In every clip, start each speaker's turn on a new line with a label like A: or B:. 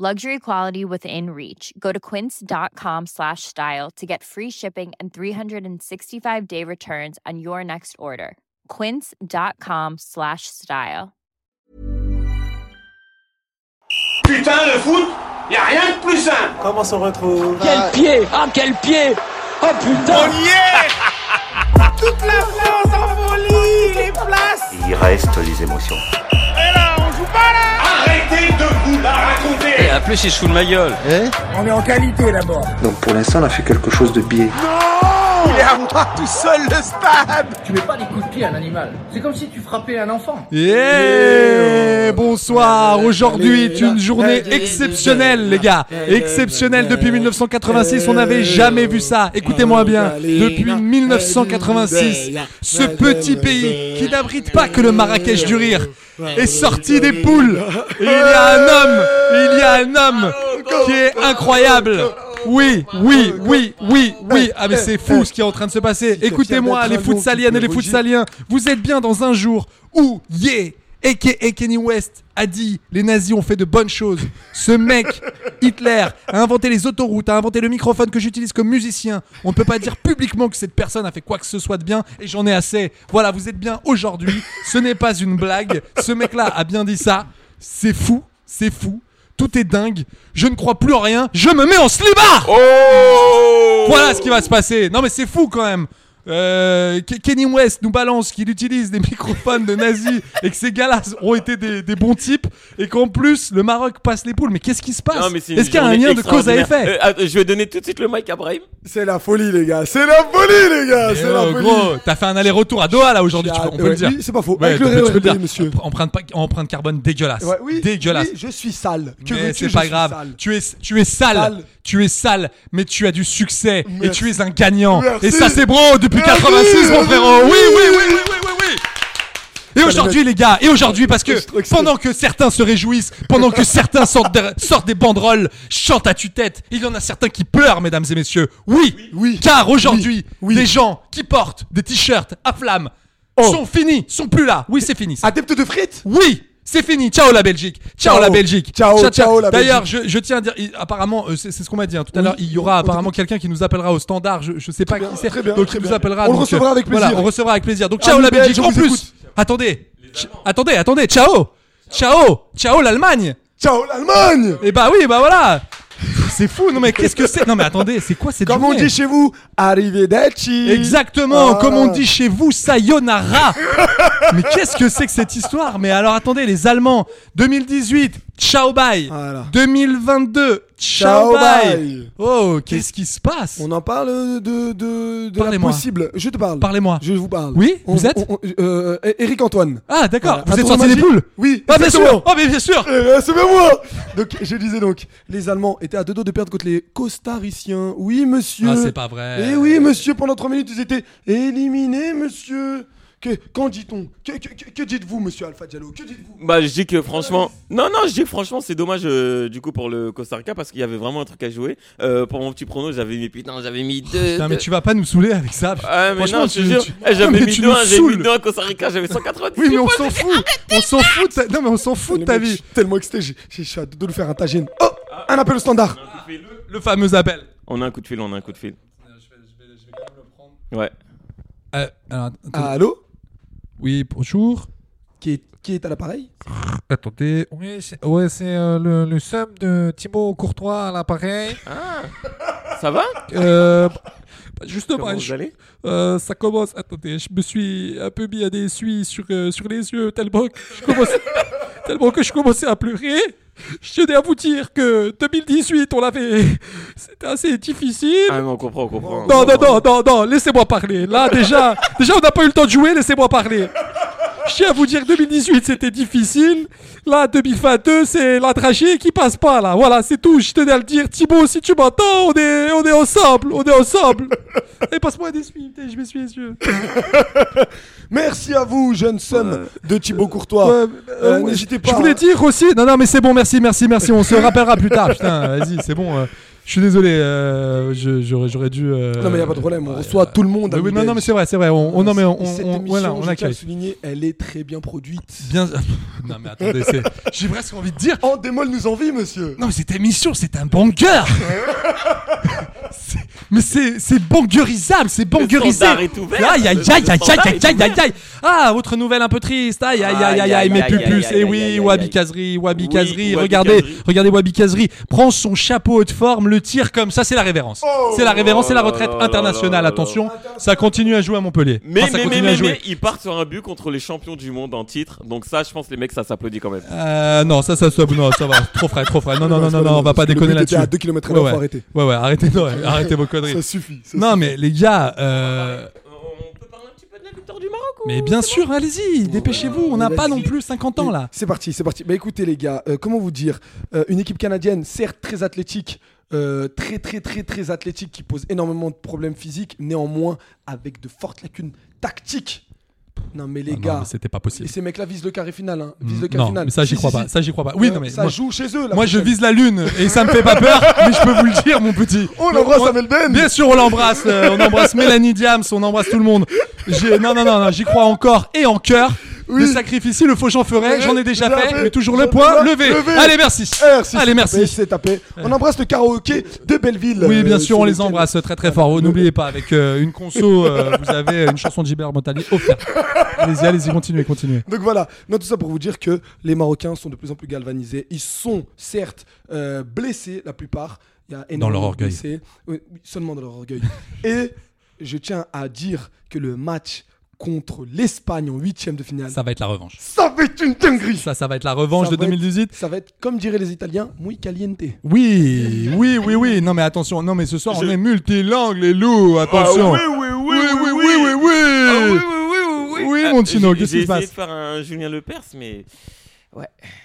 A: Luxury quality within reach. Go to quince.com slash style to get free shipping and 365 day returns on your next order. Quince.com slash style.
B: Putain, le foot, y a rien de plus simple.
C: Comment on se retrouve
D: Quel pied Ah quel pied Oh putain
B: y est Toute la France en folie, les places.
E: Il reste les émotions.
B: Et là, on joue pas là. Arrêtez de vous la raconter.
F: En plus, il se fout de ma gueule.
G: Donc pour l'instant, on a fait quelque chose de biais.
H: Yeah Bonsoir Aujourd'hui est une journée exceptionnelle les gars Exceptionnelle depuis 1986, on n'avait jamais vu ça Écoutez-moi bien, depuis 1986, ce petit pays qui n'abrite pas que le Marrakech du rire est sorti des poules Et il y a un homme, il y a un homme qui est incroyable oui, oui, oui, oui, oui. Ah mais c'est fou ce qui est en train de se passer. Écoutez-moi, les footsaliennes et les footsaliens, vous êtes bien dans un jour où yeah, aka Kenny West a dit les nazis ont fait de bonnes choses. Ce mec, Hitler, a inventé les autoroutes, a inventé le microphone que j'utilise comme musicien. On ne peut pas dire publiquement que cette personne a fait quoi que ce soit de bien et j'en ai assez. Voilà, vous êtes bien aujourd'hui. Ce n'est pas une blague. Ce mec-là a bien dit ça. C'est fou, c'est fou. Tout est dingue. Je ne crois plus en rien. Je me mets en slibard. Voilà ce qui va se passer. Non mais c'est fou quand même. Euh, Ke- Kenny West nous balance qu'il utilise des microphones de nazis et que ces gars-là ont été des, des bons types et qu'en plus le Maroc passe les poules. Mais qu'est-ce qui se passe
F: Non, mais c'est une
H: Est-ce qu'il y a un
F: journée
H: lien de cause à
F: extraordinaire.
H: effet
F: Euh, attends, Je vais donner tout de suite le mic à Brahim.
I: C'est la folie, les gars. C'est la folie, les gars.
H: Eh
I: Euh, C'est la
H: oh,
I: folie.
H: gros, t'as fait un aller-retour à Doha là aujourd'hui, tu peux- on peut
I: Ouais,
H: le dire.
I: oui, c'est pas faux.
H: Ouais,
I: Avec le
H: tu peux- tu peux
I: réveil,
H: le dire.
I: monsieur.
H: Empreinte, pa- empreinte carbone dégueulasse.
I: Ouais, oui,
H: dégueulasse.
I: oui, je suis sale. Que
H: mais
I: veux-tu,
H: c'est
I: je
H: pas
I: suis
H: grave.
I: sale.
H: Tu es, tu es sale.
I: Sale.
H: Tu es sale, mais tu as du succès et
I: Merci.
H: tu es un gagnant.
I: Merci.
H: Et ça, c'est bro depuis
I: Merci,
H: 86, mon
I: merci.
H: frérot. Oui, oui, oui, oui, oui, oui. oui. Et aujourd'hui, les gars, et aujourd'hui, parce que
I: Je trouve que c'est-
H: pendant que certains se réjouissent, pendant que certains sortent, de- sortent des banderoles, chantent à tue-tête, il y en a certains qui pleurent, mesdames et messieurs. Oui,
I: Oui.
H: car aujourd'hui,
I: Oui.
H: les gens qui portent des t-shirts à flamme
I: Oh.
H: sont finis, sont plus là. Oui, c'est fini. ça.
I: Adepte de frites
H: Oui, c'est fini. Ciao la Belgique. Ciao,
I: Ciao.
H: la Belgique.
I: Ciao, ciao, la
H: D'ailleurs, je, je tiens à dire, il- apparemment, euh, c'est c'est ce qu'on m'a dit hein, tout à
I: Oui.
H: l'heure, il y aura apparemment quelqu'un qui nous appellera au standard. Je, je sais pas qui c'est.
I: très bien,
H: Donc
I: très
H: qui nous
I: bien.
H: appellera.
I: On le
H: donc,
I: recevra
H: euh,
I: avec
H: voilà,
I: plaisir.
H: on recevra avec plaisir. Donc
I: Ah,
H: ciao
I: oui,
H: la
I: Belge,
H: Belgique.
I: on
H: En
I: vous
H: plus,
I: écoute.
H: attendez, attendez, attendez. Ciao, ciao, ciao l'Allemagne.
I: Ciao, l'Allemagne
H: Et bah oui, bah voilà. C'est fou. Non mais qu'est-ce que c'est Non mais attendez, c'est quoi cette
I: Comme on
H: journée
I: dit chez vous, arrivederci.
H: Exactement,
I: Ah.
H: comme on dit chez vous, sayonara. Mais qu'est-ce que c'est que cette histoire Mais alors attendez, les Allemands, 2018, ciao bye.
I: Voilà.
H: 2022, ciao,
I: Ciao
H: bye.
I: bye.
H: Oh, qu'est-ce qui se passe
I: On en parle de, de, de la
H: Parlez-moi.
I: possible. Je te parle.
H: Parlez-moi.
I: Je vous parle.
H: Oui,
I: On-
H: vous êtes
I: on- on- euh, Eric Antoine.
H: Ah d'accord,
I: Voilà.
H: vous
I: Un
H: êtes
I: tour
H: sorti des
I: magique
H: poules
I: Oui.
H: Ah bien
I: exactement.
H: sûr Ah mais bien sûr
I: Euh, c'est bien moi Donc je disais donc, les Allemands étaient à deux doigts de perdre contre les Costariciens. Oui monsieur.
H: Ah c'est pas vrai
I: Eh oui monsieur, pendant trois minutes ils étaient éliminés monsieur. Que, qu'en dit-on que, que- que- que dites-vous monsieur Alpha Diallo Que dites-vous
F: Bah, je dis que franchement. Non, non, je dis franchement, c'est dommage euh, du coup pour le Costa Rica parce qu'il y avait vraiment un truc à jouer. Euh, pour mon petit prono, j'avais mis putain, j'avais mis deux.
H: Putain, mais
F: deux.
H: tu vas pas nous saouler avec ça
F: Ah, mais
H: Franchement,
F: non, je te
H: tu-
F: jure.
H: tu-
F: Eh,
H: Non,
F: J'avais
H: mais
F: mis
H: tu
F: deux,
H: nous
F: hein, j'avais mis
H: saoules.
F: deux à Costa Rica, j'avais 190.
H: Oui mais on s'en fout On s'en fout de ta... Non mais on s'en fout de ta
I: Mais je
H: vie
I: suis tellement excité, j'ai- j'ai- je suis à deux doigts de lui faire un tagine. Oh Un appel au standard
H: Le fameux appel
F: On a un coup de fil, on a un coup de fil. Ouais.
H: Euh, alors, attendez.
I: Allô
H: Oui, bonjour
I: qui est, qui est à l'appareil
H: Attendez, oui, c'est ouais, c'est, euh, le, le seum de Thibaut Courtois à l'appareil.
F: Ah. Ça va
H: Euh, bah,
F: Comment
H: justement,
F: vous
H: je-
F: allez
H: euh, ça commence. Attendez, je me suis un peu mis à des suies sur, euh, sur les yeux tellement que, je commençais, tellement que je commençais à pleurer. Je tenais à vous dire que 2018, on l'avait. C'était assez difficile.
F: Ah, mais on comprend, on comprend.
H: Non, non, non, non, non, laissez-moi parler. Là, déjà, déjà, on n'a pas eu le temps de jouer, laissez-moi parler. Je tiens à vous dire, 2018 c'était difficile. Là, 2022, c'est la tragédie qui passe pas là. Voilà, c'est tout. Je tenais à le dire. Thibaut, si tu m'entends, on est, on est ensemble. On est ensemble. Et passe-moi des essuie, putain, je m'essuie les yeux.
I: Ah, Merci à vous, jeune somme de Thibaut Courtois.
H: Ouais,
I: Euh,
H: euh,
I: N'hésitez pas.
H: Je voulais dire aussi. Non, non, mais c'est bon, merci, merci, merci. On se rappellera plus tard. Putain, vas-y, c'est bon. euh, je suis désolé. euh, je- j'aurais, j'aurais dû. euh,
I: Non, mais y a pas de problème, on reçoit tout le monde.
H: mais
I: à
H: oui, non, non, mais
I: Midage.
H: c'est vrai, c'est vrai.
I: Oh,
H: On, on- non, mais on,
I: Cette
H: on-
I: émission,
H: voilà, on
I: je tiens à
H: accueille.
I: le souligner, elle est très bien produite.
H: Bien. non, mais attendez, c'est. J'ai presque envie de dire.
I: En démol nous envie, monsieur.
H: Non, mais cette émission, c'est un banger C'est- Mais c'est c'est bangerisable, c'est bangerisé
F: standard est ouvert.
H: Aïe, aïe, aïe,
F: Le
H: aïe, aïe,
F: standard
H: aïe,
F: est
H: aïe, aïe, aïe. Ah, autre nouvelle un peu triste, aïe, aïe, aïe, aïe, aïe, mes
F: Aïe, aïe,
H: pupus,
F: aïe, aïe,
H: eh
F: aïe,
H: oui,
F: aïe,
H: Wabi
F: aïe.
H: Kazri, Wabi
F: Oui, Wabi
H: Kazri, regardez,
F: Kazri.
H: regardez Wabi Kazri, prend son chapeau haute forme, le tire comme ça, c'est la révérence.
I: Oh.
H: C'est la révérence, c'est la retraite
F: Oh là là là
H: internationale,
F: là.
H: attention, ça continue à jouer à Montpellier.
F: Mais,
H: Enfin, Ah, ça
F: mais, mais,
H: continue à
F: mais,
H: jouer.
F: mais, ils partent sur un but contre les champions du monde en titre. Donc ça, je pense, les mecs, ça s'applaudit quand même.
H: Euh, non, ça, ça, stop. Non, ça va. Trop frais, trop frais. Non, non, non, non, non, on va pas
I: Parce que le
H: déconner
I: but était
H: là-dessus.
I: à 2 kilomètres à
H: ouais,
I: l'heure,
H: ouais.
I: faut arrêter.
H: Ouais, ouais, arrêtez, non, ouais, arrêtez vos
I: Ça
H: conneries.
I: suffit. ça
H: Non,
I: suffit.
H: mais les gars, euh,
F: On peut parler un petit peu de la victoire du Maroc
H: mais bien sûr, allez-y, dépêchez-vous. On n'a
I: Mais
H: pas
I: vas-y.
H: non plus 50 ans là.
I: C'est parti, c'est parti. Bah écoutez les gars, euh, comment vous dire Euh, Une équipe canadienne, certes très athlétique, euh, très très très très athlétique, qui pose énormément de problèmes physiques, néanmoins avec de fortes lacunes tactiques. Non mais les
H: Ah non,
I: gars,
H: mais c'était pas
I: et
H: possible.
I: ces mecs-là visent le carré final. Hein, visent le
H: Mm,
I: carré
H: Non,
I: final.
H: mais ça, j'y
I: Si,
H: crois
I: si,
H: pas.
I: si.
H: Ça, j'y crois pas. Oui,
I: Euh,
H: non, mais
I: ça
H: moi,
I: joue chez eux. la
H: moi, je
I: prochaine.
H: vise la lune et ça me fait pas peur, mais je peux vous le dire, mon petit.
I: Oh, l'embrasse
H: On-
I: à Melbourne.
H: Bien sûr, on l'embrasse. euh, on embrasse Mélanie Diams, on embrasse tout le monde. J'ai- Non, non, non, non, j'y crois encore et en cœur. Le sacrifice, le faux, j'en ferai.
I: Ouais,
H: J'en ai déjà
I: déjà
H: fait,
I: fait.
H: mais toujours
I: J'en
H: le
I: ai
H: point
I: déjà
H: levé.
I: levé. Eh,
H: Allez, merci.
I: Merci,
H: Allez,
I: c'est tapé,
H: merci.
I: C'est tapé. On embrasse le karaoké de Belleville.
H: Oui, bien
I: euh,
H: sûr,
I: sur
H: on les
I: lequel-
H: embrasse très très fort. N'oubliez pas, avec euh, une conso, euh, vous avez une chanson de Gilbert Montagnier offerte. Allez-y, allez-y, continuez, continuez.
I: Donc voilà, non, tout ça pour vous dire que les Marocains sont de plus en plus galvanisés. Ils sont certes euh, blessés, la plupart. Il y a énormément
H: leur
I: de
H: orgueil.
I: blessés. Oui, oui, seulement dans leur orgueil. Et je tiens à dire que le match contre l'Espagne en huitième de finale, ça,
H: Ça va être la revanche.
I: va être une dinguerie.
H: Ça, ça va être la revanche
I: Ça
H: de
I: va être-
H: 2018.
I: Ça va être, comme diraient les Italiens, muy caliente.
H: Oui, oui, oui, oui. Non, mais attention, non, mais ce soir, on
F: Je- Ah,
H: est multilingue, les loups, attention.
F: oui, Ah,
H: oui, oui, oui, oui.
F: oui,
H: Oui, mon Tino,
F: Ah,
H: qu'est-ce
F: j'ai-
H: qui se
F: J'ai essayé
H: passe
F: de faire un Julien Lepers, mais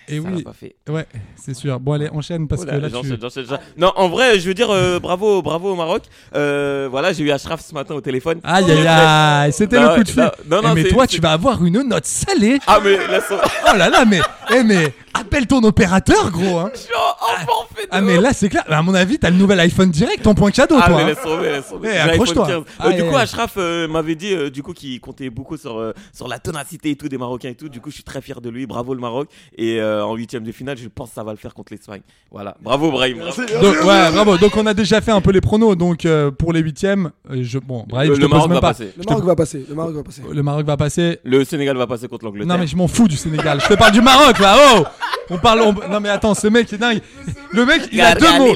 H: Et
F: ça l'a
H: oui,
F: pas fait.
H: ouais, c'est sûr. Bon, allez, enchaîne parce
F: Oh
H: que
F: là,
H: là,
F: j'en
H: tu-
F: sais, j'en sais, j'en sais. Non, en vrai, je veux dire euh, bravo, bravo au Maroc. Euh, voilà, j'ai eu Ashraf ce matin au téléphone.
H: Aïe, aïe, aïe, c'était
F: Non,
H: le coup de fil.
F: non, Bah, non,
H: Eh,
F: non,
H: mais
F: c'est-
H: toi,
F: c'est-
H: tu vas avoir une note salée.
F: Ah mais la son...
H: Oh là là, mais, eh, mais appelle ton opérateur, gros. Hein.
F: Je suis en- en forfait de
H: Ah mais
F: ouf.
H: là c'est clair, à mon avis t'as le nouvel iPhone direct en point cadeau
F: Ah
H: toi.
F: mais
H: hein.
F: laisse tomber, laisse tomber.
H: Eh,
F: J'ai l'iPhone
H: accroche-toi.
F: 15. Euh,
H: Aïe,
F: du
H: aïe,
F: coup,
H: aïe.
F: Ashraf euh, m'avait dit euh, du coup qu'il comptait beaucoup sur euh, sur la tenacité et tout des Marocains et tout. Du coup, je suis très fier de lui. Bravo le Maroc. Et euh, en huitième de finale, je pense que ça va le faire contre l'Espagne. Voilà. Bravo Brahim. bravo.
H: Donc, ouais, bravo. Donc on a déjà fait un peu les pronos. Donc euh, pour les huitièmes, euh, je bon, Brahim,
F: Le-
H: je te Oh,
F: le
H: pose
F: Maroc
H: même
F: va
H: pas.
F: passer.
I: Le Maroc va passer. Le Maroc va passer.
H: Le Maroc va passer.
F: Le Sénégal va passer contre l'Angleterre.
H: Non mais je m'en fous du Sénégal. Je te parle du Maroc là. Oh, on parle. on- Non mais attends, ce mec est dingue. Le mec, il a deux mots.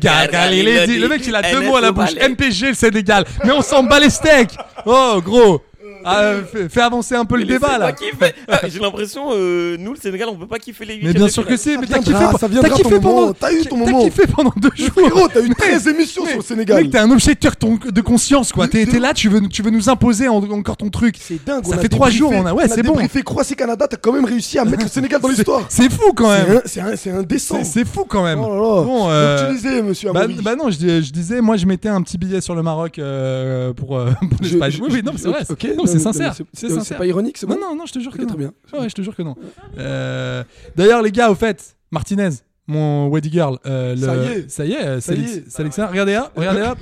H: Gargal, il est dit. Le mec, il a deux mots à la bouche. MPG, le Sénégal. Mais on s'en bat les steaks. Oh gros, Ah, fais, fais avancer un peu le
F: Mais
H: débat
F: c'est
H: là.
F: pas kiffé. Ah, J'ai l'impression, euh, nous, le Sénégal, on peut pas kiffer les
H: Mais
F: huitièmes
H: bien
F: de
H: sûr que
F: finale.
H: si, mais
I: Ça
H: t'as kiffé,
I: viendra,
H: pe-
I: ça
H: t'as
I: viendra
H: kiffé
I: ton
H: pendant,
I: moment, t'as eu ton moment.
H: kiffé pendant deux jours.
I: Frérot, t'as eu
H: Mais-
I: 13 émissions sur le Sénégal.
H: Mec, t'es un objet de, ton- de conscience, quoi. T'es t'es là, tu veux, tu veux nous imposer en- encore ton truc.
I: C'est dingue.
H: Ça
I: on a
H: fait trois
I: débriefé-
H: jours, on a- ouais, c'est bon.
I: débriefé Croatie-Canada, t'as quand même réussi à mettre le Sénégal dans l'histoire.
H: C'est fou quand
I: C'est
H: même.
I: un- C'est un- c'est indécent.
H: C'est c'est fou quand même.
I: Oh là là.
H: Bon, euh,
I: Utilisez, monsieur
H: bah,
I: Amaury.
H: bah non, je, dis- je disais, moi je mettais un petit billet sur le Maroc euh, pour, euh, pour
I: Je-
H: l'Espagne.
I: je-
H: Oui, oui, non, mais
I: je-
H: c'est vrai.
I: ok,
H: non,
I: non,
H: c'est
I: mais-
H: sincère.
I: non, mais
H: C'est
I: euh,
H: sincère.
I: c'est pas ironique, c'est bon
H: Non, non, non, je te jure que
I: Ok,
H: non.
I: très bien.
H: Ouais, je te jure que non. Euh, D'ailleurs, les gars, au fait, Martinez, mon Weddy Girl, euh, le-
I: Ça y est.
H: ça y est, euh,
I: Ça y est. Bah
H: Sélix- Sélixin, regardez là, regardez là.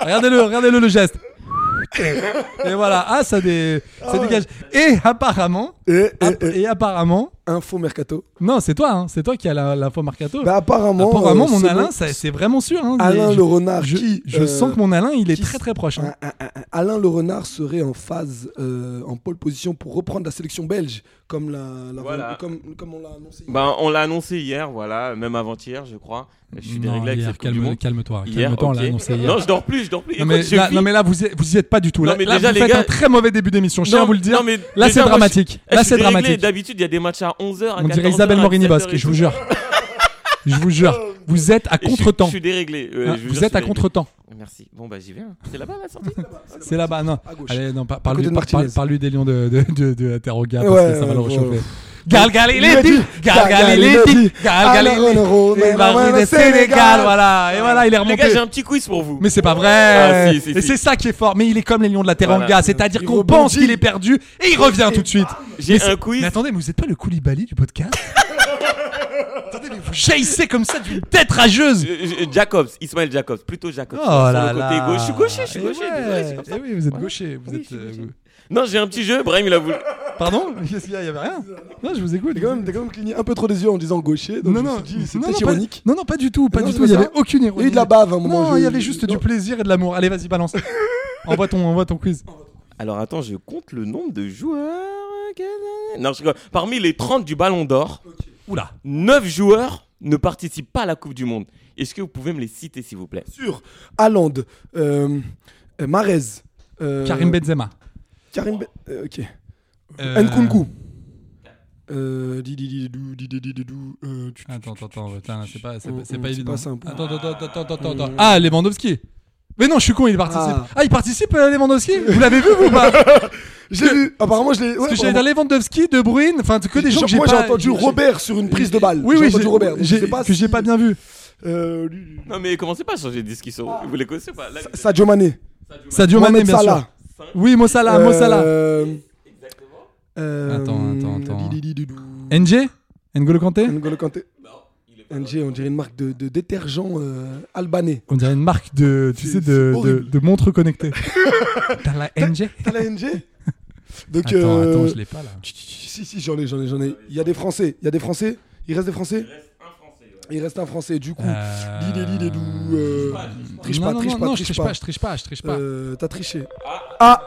H: regardez-le, regardez-le le geste. Et voilà, ah, ça, dé- ça dégage. Et apparemment,
I: Et, et-
H: app-
I: et-
H: et apparemment,
I: Eh, info mercato.
H: non, c'est toi, hein, c'est toi qui as la- Ah, l'info mercato.
I: Bah, apparemment,
H: apparemment,
I: euh,
H: mon
I: c'est
H: Alain,
I: bon.
H: ça- c'est vraiment sûr. hein.
I: Alain
H: Je-
I: le renard
H: je,
I: qui,
H: je
I: euh,
H: sens que mon Alain, il est
I: qui-
H: très très proche. hein.
I: Un- un- un- Alain Le Renard serait en phase, euh, en pole position pour reprendre la sélection belge, comme, la, la-
F: Voilà.
I: comme, comme on l'a annoncé.
F: Bah, on l'a annoncé hier, voilà, même avant-hier, je crois. Je suis
H: Non,
F: déréglé avec
H: hier,
F: cette Coupe du
H: calme-
F: Monde.
H: calme-toi,
F: Hier,
H: calme-toi, on
F: ok.
H: l'a annoncé hier.
F: Non, je dors plus, je dors plus.
H: Non
F: Écoute,
H: mais,
F: je
H: là,
F: vis-
H: non mais là vous y, êtes- vous y êtes pas du tout. Là,
F: Non, mais
H: là,
F: déjà,
H: vous
F: les
H: faites
F: gars-
H: un très mauvais début d'émission. Je tiens
F: Non,
H: à vous le dire.
F: non, mais
H: là c'est
F: déjà, moi,
H: dramatique.
F: je-
H: là
F: je suis
H: c'est
F: déréglé.
H: dramatique.
F: D'habitude, il y a des matchs à 11h. à
H: On dirait
F: 14h,
H: Isabelle
F: à 17h
H: Morini
F: et
H: Basque, je
F: tout.
H: vous jure. Je vous jure. Vous êtes à
F: Et je suis-
H: contre-temps.
F: Je suis déréglé. ouais,
H: Hein,
F: je vous jure,
H: Vous
F: je
H: êtes
F: suis
H: à
F: déréglé.
H: contre-temps.
F: Merci. Bon, bah j'y vais. hein. C'est là-bas la sortie
D: C'est là-bas, non.
I: À gauche.
D: Allez, non, par- parle,
I: côté
D: lui,
I: de
D: par-
I: Martinez.
D: parle lui des lions de, de, de, de Ateroga, parce
I: Ouais,
D: que ça va le
I: ouais,
D: réchauffer.
I: ouais.
D: Gal Galiletti Gal Galiletti Gal Galiletti Les Marines des Sénégal, voilà. Et voilà, il est
F: Les gars, j'ai
D: remonté.
F: un petit quiz pour vous.
D: Mais c'est pas vrai.
F: Ah, si, si,
D: et
F: si.
D: c'est ça qui est fort. Mais il est comme les lions de la Teranga,
F: Voilà.
D: c'est-à-dire
I: Il
D: qu'on
I: rebondit.
D: pense qu'il est perdu et il revient tout de suite.
F: ah, J'ai
D: Mais c'est-
F: un quiz.
D: Mais attendez, mais vous êtes pas le Koulibaly du podcast Attendez, mais vous jaillissez comme ça d'une tête rageuse.
F: Euh, euh, Jacobs, Ismaël Jacobs, plutôt Jacobs.
D: Oh
F: sur
D: là
F: le côté
D: là.
F: gauche. Je suis gaucher, je suis
D: Eh
F: gaucher.
D: ouais.
F: désolé, c'est comme ça.
D: Eh oui, vous êtes
F: Voilà.
D: gaucher. Vous
F: Oui,
D: êtes,
F: je suis
D: euh,
F: gaucher.
D: vous-
F: Non, j'ai un petit jeu. Brahim, il a voulu.
D: Pardon Qu'est-ce qu'il y a Il y avait rien. Non, je vous écoute.
I: T'as quand même, t'as quand même cligné un peu trop des yeux en disant gaucher. Donc
D: non,
I: je
D: non,
I: me suis dit, c'est
D: non, non,
I: peut-être
D: pas-
I: ironique.
D: non, non, pas du tout, pas
I: Non,
D: du
I: c'est
D: tout.
I: pas
D: Il y
I: ça.
D: avait aucune ironie.
I: Il y a eu de la bave à un moment.
D: Non,
I: je-
D: il y avait juste du
I: Non.
D: plaisir et de l'amour. Allez, vas-y, balance. envoie ton, envoie ton quiz.
F: Alors attends, je compte le nombre de joueurs. Non, je rigole. Parmi les 30 du Ballon d'Or,
D: Oula.
F: 9 joueurs ne participent pas à la Coupe du Monde. Est-ce que vous pouvez me les citer, s'il vous plaît
I: Sur Allende, euh, euh, Marez, euh,
D: Karim Benzema.
I: Karim Be- euh, ok.
D: Euh,
I: Nkunku. Euh, di- di- di- dou- di- di- di- di- dou, euh, tu- tu-
D: Attends, attends, attends, putain, c'est pas, c'est
I: Oh,
D: pas, c'est
I: oh,
D: pas
I: c'est
D: évident.
I: pas simple.
D: Attends, attends, attends, attends, attends, attends. Ah, Lewandowski. Mais non, je suis con, il participe. Ah,
I: Euh. Ah.
D: il participe, euh, Lewandowski. Vous l'avez vu, vous ou pas Parce
I: J'ai vu. Apparemment, je l'ai. ouais,
D: que j'allais
I: vraiment.
D: dire Lewandowski, De Bruyne, enfin, que des gens que j'ai
I: Moi,
D: pas.
I: j'ai entendu
D: j'ai-
I: Robert sur une prise de balle.
D: Oui,
I: j'ai
D: oui,
I: entendu
D: j'ai-
I: Robert. donc je
D: j'ai-
I: sais pas
D: que j'ai
I: si-
D: pas bien vu.
I: Euh, lui-
F: Non, mais commencez pas à changer de discussion.
H: Ah.
F: Vous les connaissez pas Là, vous êtes-
I: Sadio Mané.
D: Sadio Mané,
I: Mohamed
D: bien sûr.
I: Salah.
D: Oui, Mossala, Mossala.
I: Euh, euh,
D: Attends, attends, attends.
I: di- di- di- dou.
D: NG N'Golo Kanté
I: N'Golo Kanté. NG, on dirait une marque de, de détergent euh, albanais.
D: On dirait une marque de, tu
I: C'est-
D: sais, de,
I: c'est
D: de,
I: horrible.
D: de montres connectées. T'as la NG
I: T'as la NG Donc,
D: Attends,
I: euh,
D: attends, je l'ai pas là.
I: Si, si, j'en ai, j'en ai, j'en ai. Il y a des Français. Il y a des Français Il reste des Français Il reste un Français. Du coup,
D: Euh,
I: Lidé, Lidé, Dou, euh, triche
D: non,
I: pas,
D: non,
I: triche
D: non,
I: pas,
D: non,
I: triche
D: je triche
I: pas.
D: pas, je triche pas, je triche pas.
I: euh, t'as triché. Ah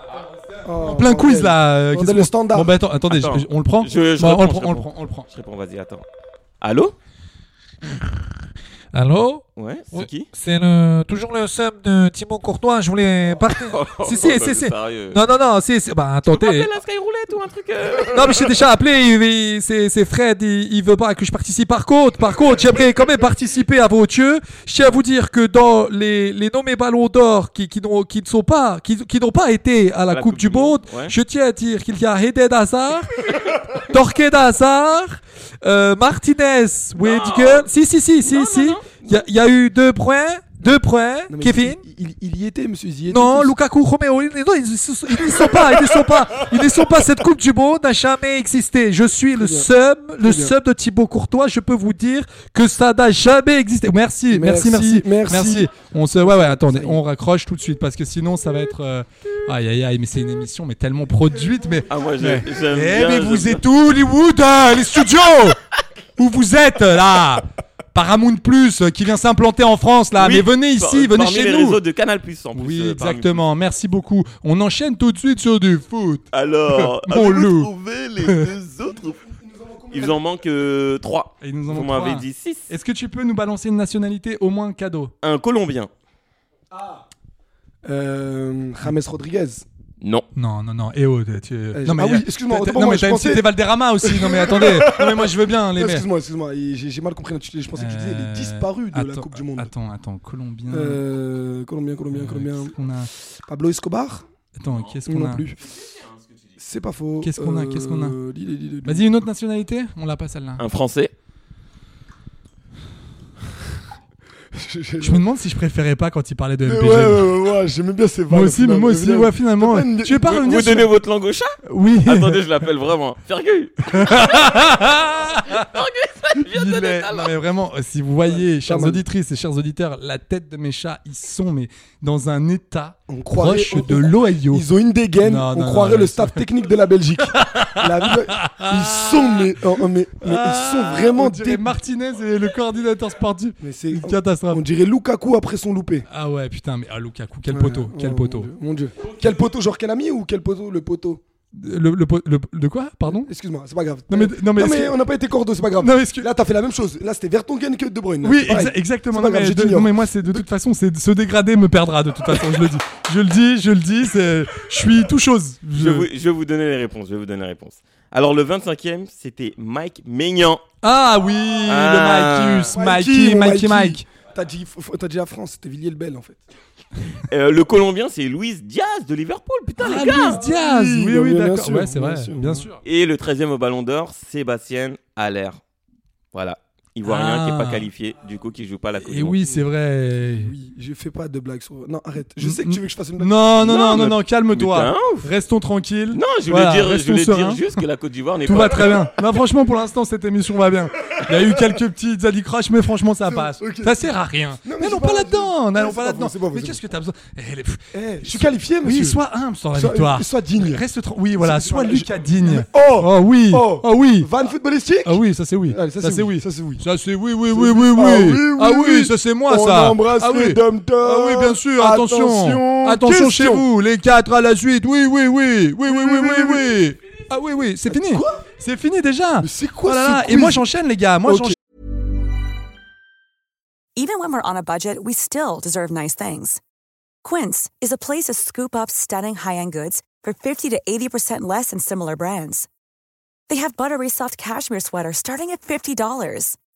I: Oh,
D: Plein quiz
I: bordel.
D: là. euh,
I: Bordel,
D: qu'est-ce
I: le
D: qu'on-
I: standard.
D: Bon bah attends, attendez, je-
F: Attends.
D: je- on le prend.
F: Je- je
D: Bon, on le
F: réponds,
D: prend, on le
F: je
D: prend, on le prend.
F: Je réponds, vas-y, attends. Allô
H: Allô
F: Ouais, c'est
H: Ouais.
F: qui
H: C'est le, toujours le seum de Timon Courtois, je voulais partir.
F: Oh,
H: si, si, si, si.
F: Sérieux.
H: Non, non, non, si, si. Bah, attendez.
F: Appelle Ah, la Skyroulette ou un truc. euh.
H: Non, mais j'ai déjà appelé, il- il- c'est c'est Fred, il, il veut pas que je participe. Par contre, par contre, j'aimerais quand même participer à vos yeux. Je tiens à vous dire que dans les, les nommés ballons d'or qui, qui, n'ont- qui ne sont pas, qui, qui n'ont pas été à la, coupe, du Monde,
F: ouais.
H: je tiens à dire qu'il y a Eden Hazard, Torquay Hazard, euh, Martinez, Whitgill. Si, si, si, si, si. Il y, a- il y a eu deux points, deux points,
I: Non, mais
H: Kevin.
I: il, il- il y était, monsieur. Il y était.
H: Non,
I: tous.
H: Lukaku, Romeo, ils non, ils n'y sont, ils n'y sont pas, ils n'y sont pas, ils n'y sont pas. Cette Coupe du Monde n'a jamais existé. Je suis le
I: bien.
H: seum, le
I: bien.
H: seum de Thibaut Courtois. Je peux vous dire que ça n'a jamais existé. Merci, merci, merci,
I: Merci, merci.
H: On se, ouais, ouais, attendez, on raccroche tout de suite parce que sinon ça va être, euh, aïe, aïe, aïe, mais c'est une émission mais tellement produite, mais.
F: Ah, moi, je- j'aime bien.
H: Eh, mais
F: j'aime
H: vous
F: bien.
H: êtes où, Hollywood, euh, les studios Où vous êtes là Paramount Plus euh, qui vient s'implanter en France là,
F: Oui,
H: mais venez
F: par-
H: ici, venez
F: parmi
H: chez
F: les
H: nous.
F: réseaux de Canal Plus en plus.
H: Oui,
F: euh, parmi-
H: exactement. Merci beaucoup. On enchaîne tout de suite sur du foot.
F: Alors,
H: Mon
F: avez-vous
H: loup.
F: trouvé les deux autres Il vous en manque 3.
D: Et ils nous en
F: Vous
D: ont
F: m'avez
D: trois.
F: dit 6.
D: Est-ce que tu peux nous balancer une nationalité au moins cadeau
F: Un Colombien
I: Euh, James Rodriguez.
F: Non.
H: Non, non, non. Eh oh, tu...
I: Euh,
H: non, mais
I: ah
H: il y a-
I: oui, excuse-moi,
H: t'as-
I: autant
H: t'as-
I: pour
H: non,
I: moi,
H: mais
I: je
H: t'as
I: pensais-
D: C'était Valderrama aussi. Non mais attendez. Non mais moi je veux bien les mecs.
I: Euh, Excuse-moi, excuse-moi, il- j'ai j'ai mal compris. notre- Je pensais que tu disais les disparus de la
D: Euh, Attends,
I: Coupe du Monde.
D: Attends, attends, Colombien.
I: Euh, Colombien, Colombien,
D: euh,
I: Colombien.
D: qu'est-ce qu'on a
I: Pablo Escobar
D: Attends, qu'est-ce qu'on
I: Non
D: a
I: plus. hein, C'est pas faux.
D: Qu'est-ce qu'on a, qu'est-ce qu'on a
I: Euh, dis- dis- dis- dis-
D: Vas-y, une autre nationalité On l'a pas celle-là.
F: Un Français
I: Je- je-
D: Je me demande si je préférais pas quand il parlait de
I: Ouais,
D: MPG.
I: Euh, ouais, ouais, ouais, j'aimais bien ces
D: Moi
I: vannes,
D: aussi, mais
I: finalement,
D: moi aussi,
I: j'aimais
D: ouais,
I: bien.
D: finalement.
I: C'est pas une-
D: Tu veux pas
F: Vous,
D: revenir
F: vous
D: sur-
F: donnez votre langue au chat
D: Oui.
F: Attendez, je l'appelle vraiment. Fergus
D: Il est- Non mais vraiment, euh, si vous voyez, chères
I: mal.
D: auditrices et chers auditeurs, la tête de mes chats, ils sont mais dans un état
I: On croirait-
D: proche
I: on-
D: de l'Ohio.
I: Ils ont une dégaine,
D: Non,
I: on
D: non,
I: croirait
D: non,
I: le
D: mais-
I: staff technique de la Belgique. La vie- Ils sont, mais, oh, mais- mais ils sont
D: Ah, On
I: vraiment
D: dirait
I: dé...
D: Martinez et le coordinateur sportif.
I: mais c'est-
D: Une catastrophe.
I: On dirait Lukaku après son loupé.
D: Ah ouais, putain, mais ah, Lukaku, quel
I: Ouais,
D: poteau,
I: ouais,
D: quel
I: mon
D: poteau.
I: Dieu, Mon Dieu. Quel poteau, genre quel ami ou quel poteau Le poteau.
D: Le, le po- le- de quoi Pardon
I: Excuse-moi, c'est pas grave.
D: Non, mais- non, mais-
I: on n'a pas été cordeau, c'est pas grave.
D: Non, mais excuse-
I: Là, t'as fait la même chose. Là, c'était Vertonghen que De Bruyne.
D: Oui,
I: C'est pareil.
D: exa- exactement.
I: C'est pas
D: Non,
I: grave,
D: mais
I: je
D: de-
I: t'ignore.
D: non, mais moi, c'est de toute façon, c'est se dégrader me perdra de toute façon. Je le dis, je le dis, je le dis. c'est- Je suis tout chose. Je-
F: je... vais vous, je vais vous donner les réponses. Je vais vous donner les réponses. Alors, le 25e, c'était Mike Maignan.
D: Ah oui,
F: Ah.
D: le Mikeus, Mikey, Mikey, Mike.
I: T'as dit, faut- faut- t'as dit la France, c'était Villiers-le-Bel en fait.
F: Euh, le Colombien, c'est Luis Diaz de Liverpool, putain,
H: Ah,
F: les gars.
H: Luis Diaz
I: Oui,
H: Oui,
I: bah,
H: oui,
I: bien
H: d'accord.
I: sûr,
H: Ouais, c'est
I: bien
H: vrai,
I: sûr.
H: bien sûr.
F: Et le 13e au Ballon d'Or, Sébastien Aller. Voilà. Ivoirien
H: Ah.
F: qui n'est pas qualifié, du coup, qui joue pas la Coupe
H: Et
F: du Monde.
H: oui, c'est vrai.
I: Oui, je fais pas de blagues sur. Non, arrête. Je sais que tu veux que je fasse une blague.
H: Non, non, non,
F: Non,
H: non,
F: mais-
H: non,
F: Mais
H: calme-toi.
F: t'es un ouf.
H: Restons tranquilles.
F: Non, je voulais,
H: Voilà,
F: dire, je
H: restons
F: voulais
H: sereins.
F: dire juste que la Côte d'Ivoire n'est
H: Tout
F: pas.
H: va très bien. Non, franchement, pour l'instant, cette émission va bien. Il y a eu quelques petites adicraches, mais franchement, ça passe.
I: ok.
H: Ça sert à rien.
I: mais
H: N'allons
I: c'est
H: pas
I: pas-
H: là-dedans.
I: c'est-
H: N'allons
I: c'est
H: pas
I: pas
H: là-dedans.
I: faux, c'est pas faux,
H: Mais
I: c'est
H: qu'est-ce que t'as besoin Eh, les-
I: Eh, je suis qualifié, monsieur.
H: Oui, sois humble sans la
I: Sois-
H: victoire.
I: sois digne.
H: Reste tran- Oui, voilà,
I: C'est-
H: sois
I: voilà,
H: Lucas
I: je-
H: digne.
I: Oh
H: Oh oui.
I: Oh.
H: Oh oui.
I: Van footballistique
H: Ah oui, ça c'est oui.
I: Allez,
H: Ça c'est oui.
I: Ça c'est oui.
H: Ça c'est oui, oui, oui, oui,
I: Ah
H: oui.
I: oui,
H: Ah
I: oui,
H: oui,
I: oui.
H: ça c'est moi
I: On
H: ça.
I: embrasse
H: ah,
I: les
H: oui.
I: dom-toms.
H: Ah oui, bien sûr, attention.
I: Attention,
H: Attention chez
I: question.
H: vous, les quatre à la suite. Oui, oui, oui. Oui, oui, oui, oui, oui. Ah oui, oui, c'est fini. C'est fini déjà.
I: Mais c'est quoi
H: Oh là
I: ce
H: là. Et
I: quiz
H: moi j'enchaîne les gars, moi
I: Ok.
H: j'enchaîne.
J: Even when we're on a budget, we still deserve nice things. Quince is a place to scoop up stunning high-end goods for 50 to 80% less than similar brands. They have buttery soft cashmere sweaters starting at $50,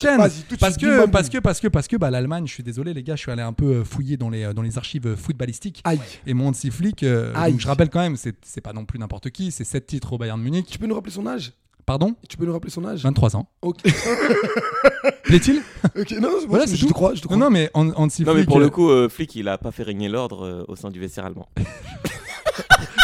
I: Vas-y, tout de
H: parce
I: suite,
H: que
I: dis-moi.
H: parce que parce que parce que bah l'Allemagne, je suis désolé les gars, je suis allé un peu euh, fouiller dans les euh, dans les archives euh, footballistiques.
I: Aïe.
H: Et mon flic, euh,
I: Aïe.
H: donc je rappelle quand même, c'est c'est pas non plus n'importe qui, c'est 7 titres au Bayern de Munich.
I: Tu peux nous rappeler son âge
H: Pardon
I: Tu peux nous rappeler son âge
H: 23 ans.
I: Ok.
H: Plaît-il
I: Ok, non, c'est bon,
H: Voilà, c'est
I: je te
H: tout.
I: crois, je te crois.
H: Non, non, mais en, en
F: Non, mais
H: Flick,
F: pour
H: euh,
F: le coup, euh, Flick, il a pas fait régner l'ordre euh, au sein du vestiaire allemand.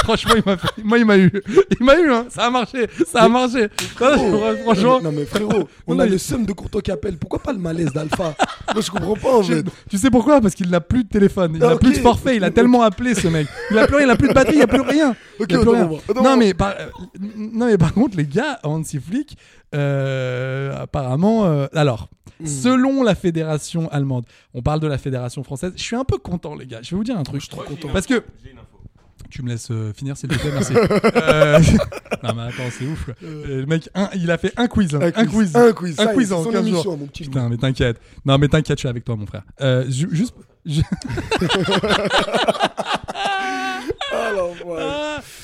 H: franchement, il m'a fait- moi, il m'a eu. Il m'a eu, hein. Ça a marché. Ça a marché.
I: Frérot.
H: Franchement.
I: Oh. Non mais frérot, on
H: Non,
I: a
H: mais-
I: le seum de Courtois qui appelle. Pourquoi pas le malaise d'Alpha Moi je comprends pas en fait.
H: Tu sais pourquoi Parce qu'il n'a plus de téléphone, il n'a
I: Ah, ok.
H: plus de forfait, il a tellement appelé ce mec. Il a plus rien, il a plus de batterie, il a plus rien.
I: Ok,
H: Il a plus
I: autant
H: rien.
I: pour moi, autant
H: Non
I: pour
H: mais par, euh, non mais par contre les gars, Hansi Flick, euh, apparemment, euh, alors
I: Hmm.
H: selon la fédération allemande, on parle de la fédération française. Je suis un peu content les gars. Je vais vous dire un truc. Je suis trop content parce que tu me laisses euh, finir s'il te plaît, merci. Euh, non mais attends, c'est ouf. quoi. Euh, le mec, un- il a fait un quiz, hein. un, quiz,
I: un quiz,
H: un
I: ça y est,
H: quiz
I: c'est
H: en
I: son
H: 15 jours.
I: émission, mon petit loup.
H: Putain, mais t'inquiète. Non, mais t'inquiète, je suis avec toi, mon frère. Euh, ju- juste. ju- Ah,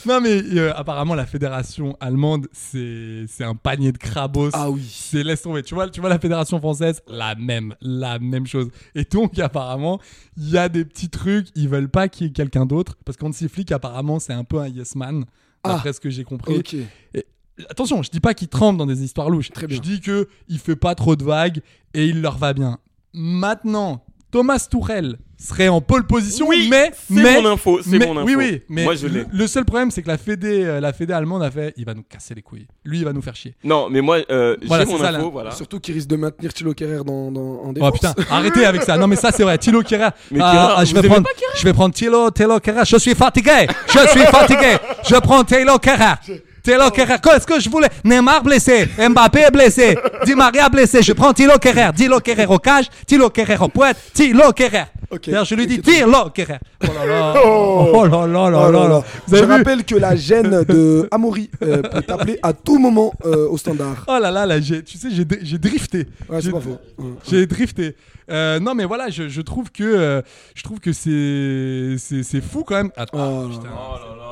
H: non, mais euh, apparemment, la fédération allemande, c'est c'est un panier de crabos.
I: Ah oui.
H: C'est laisse tomber. Tu vois, tu vois la fédération française, la même, la même chose. Et donc, apparemment, il y a des petits trucs. Ils veulent pas qu'il y ait quelqu'un d'autre. Parce qu'Ansi Flick, apparemment, c'est un peu un yes man.
I: Ah.
H: Après ce que j'ai compris.
I: Ok.
H: Et- attention, je dis pas qu'il trempe dans des histoires louches.
I: Très bien.
H: Je dis que il fait pas trop de vagues et il leur va bien. Maintenant, Thomas Tourel serait en pole position,
F: Oui,
H: mais
F: c'est
H: mais
F: mon info, c'est
H: mais-
F: mon info.
H: Oui oui, mais
F: Moi, je l'ai.
H: le, le seul problème c'est que la Fédé euh, la Fédé allemande a fait il va nous casser les couilles. Lui il va nous faire chier.
F: Non, mais moi, euh,
H: Voilà,
F: j'ai
H: c'est
F: mon
H: ça,
F: info,
H: là.
F: voilà.
I: Surtout qu'il risque de maintenir Thilo Kerrer dans, dans, en
H: Oh
I: défense.
H: putain, arrêtez avec ça. Non mais ça c'est vrai. Thilo Kerrer.
F: Mais
H: Ah,
F: Kerrer,
H: ah, je
F: vous
H: vais
F: aimez
H: prendre
F: pas Kerrer
H: je vais prendre Thilo Thilo Kerrer. Je suis fatigué. Je suis fatigué. Je prends Thilo Kerrer. Thilo Kerrer. Qu'est-ce que je voulais Neymar blessé, Mbappé blessé, Di Maria blessé. Je prends Thilo Kerrer. Thilo Kerrer au cage, Thilo Kerrer au poète, Thilo Kerrer.
I: Ok.
H: D'ailleurs, je lui dis
I: Ok, très
H: Thilo Kerrer. Oh là là. Oh là là là
I: Oh là
H: là là.
I: là.
H: Vous
I: Je
H: avez vu
I: rappelle que la gêne de Amaury euh, peut t'appeler à tout moment euh, au standard.
H: Oh là là, là j'ai- tu sais, j'ai dé- j'ai drifté.
I: Ouais, c'est
H: J'ai-
I: pas faux. Ouais.
H: J'ai drifté. Euh, non, mais voilà, je, je trouve que euh, je trouve que c'est c'est c'est fou quand même. Attends, ah,
I: Oh là
H: putain.